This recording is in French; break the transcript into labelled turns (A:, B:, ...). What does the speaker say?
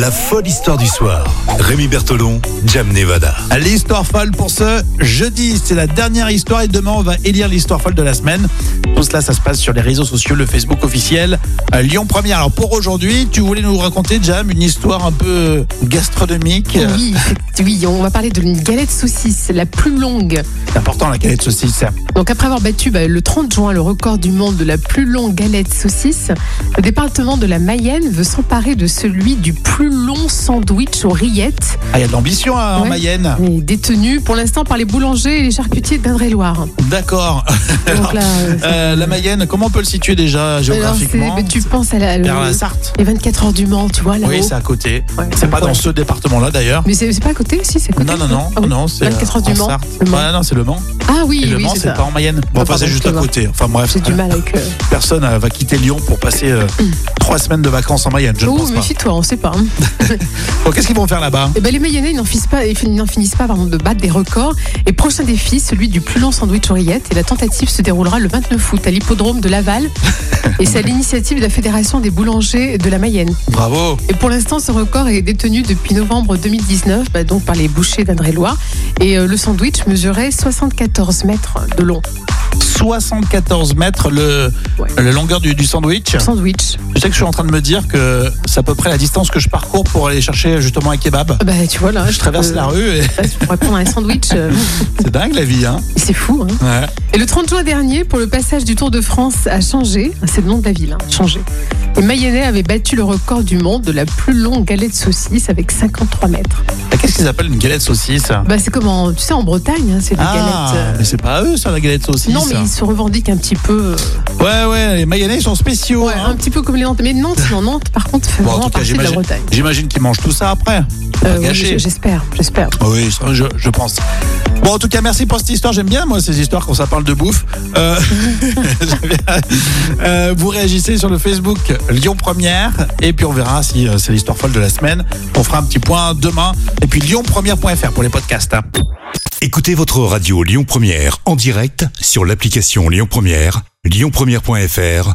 A: La folle histoire du soir. Rémi Bertolon, Jam Nevada.
B: L'histoire folle pour ce jeudi, c'est la dernière histoire et demain on va élire l'histoire folle de la semaine. Tout cela, ça se passe sur les réseaux sociaux, le Facebook officiel euh, Lyon Première. Alors pour aujourd'hui, tu voulais nous raconter Jam une histoire un peu gastronomique.
C: Oui, c'est- oui, on va parler de d'une galette saucisse, la plus longue.
B: C'est important la galette saucisse. Ah,
C: Donc après avoir battu bah, le 30 juin le record du monde de la plus longue galette saucisse, le département de la Mayenne veut s'emparer de celui du plus long sandwich aux rillettes,
B: Ah, il y a de l'ambition hein, en
C: Ouais.
B: Mayenne.
C: mais détenu pour l'instant par les boulangers et les charcutiers d'Indre-et-Loire.
B: D'accord.
C: Donc là, euh,
B: Euh, la Mayenne, comment on peut le situer déjà
C: alors, c'est-
B: géographiquement
C: mais tu penses à la, le-
B: Vers la Sarthe.
C: les 24 heures du Mans, tu vois là-haut.
B: Oui, c'est à côté.
C: Ouais.
B: C'est pas dans ce département-là d'ailleurs.
C: Mais c'est c'est pas à côté aussi, c'est à côté
B: Non, non, non,
C: Ah oui.
B: non, c'est
C: 24 heures
B: euh,
C: du
B: en
C: Mans,
B: Sarthe.
C: le Mans.
B: Ouais, non, c'est le Mans.
C: Ah oui,
B: Et le
C: oui,
B: Mans,
C: c'est
B: c'est
C: ça.
B: pas en Mayenne. Bon,
C: Ah,
B: enfin, c'est
C: pardon,
B: juste
C: tu
B: à
C: vois.
B: côté. Enfin, bref,
C: J'ai du mal avec. euh,
B: personne euh, va quitter Lyon pour passer euh, trois semaines de vacances en Mayenne, je ne
C: Mm. Oh,
B: pense pas.
C: méfie-toi, on sait pas. hein.
B: Bon, Qu'est-ce qu'ils vont faire là-bas
C: Eh ben, les Mayennais ils n'en finissent pas, ils n'en finissent pas pardon, de battre des records. Et prochain défi, celui du plus long sandwich aux rillettes. Et la tentative se déroulera le 29 août à l'hippodrome de Laval. Et c'est à l'initiative de la Fédération des boulangers de la Mayenne.
B: Bravo
C: Et pour l'instant, ce record est détenu depuis novembre 2019, bah, donc par les bouchers d'Indre-et-Loire. Et euh, le sandwich mesurait 74 mètres de long.
B: 74 mètres le,
C: Ouais.
B: la longueur du, du sandwich.
C: Sandwich.
B: Je sais que je suis en train de me dire que c'est à peu près la distance que je parcours pour aller chercher euh, justement un kebab.
C: Ah Bah, tu vois là,
B: Je traverse
C: peux-
B: la rue et
C: Là, je pourrais prendre un sandwich. euh,
B: c'est dingue la vie. Hein
C: c'est fou. Hein.
B: ouais.
C: Et le 30 juin dernier, pour le passage du Tour de France à Changé, c'est le nom de la ville, hein, Changé, les Mayennais avaient battu le record du monde de la plus longue galette saucisse avec 53 mètres.
B: Et Qu'est-ce qu'ils appellent une galette saucisse
C: Bah, c'est comme, en, tu sais, en Bretagne, hein, c'est des
B: Ah,
C: galettes. euh,
B: mais c'est pas à eux ça la galette saucisse.
C: Non, mais ils se revendiquent un petit peu, euh,
B: Ouais, ouais, les Mayennais ils sont spéciaux.
C: ouais,
B: hein.
C: un petit peu comme les Nantes. Mais Nantes, non, Nantes, par contre, fait
B: Bon, en
C: vraiment
B: tout cas,
C: partie de la
B: j'imagine-
C: Bretagne.
B: J'imagine qu'ils mangent tout ça après. Pas
C: Euh, oui,
B: gâché.
C: j'espère, j'espère.
B: Oui, ça, je, je pense. Bon, en tout cas, merci pour cette histoire. J'aime bien, moi, ces histoires quand ça parle de bouffe. Euh, j'aime bien. Euh, vous réagissez sur le Facebook Lyon Première. Et puis, on verra si euh, c'est l'histoire folle de la semaine. On fera un petit point demain. Et puis, lyonpremière.fr pour les podcasts. hein.
A: Écoutez votre radio Lyon Première en direct sur l'application Lyon Première, lyonpremière.fr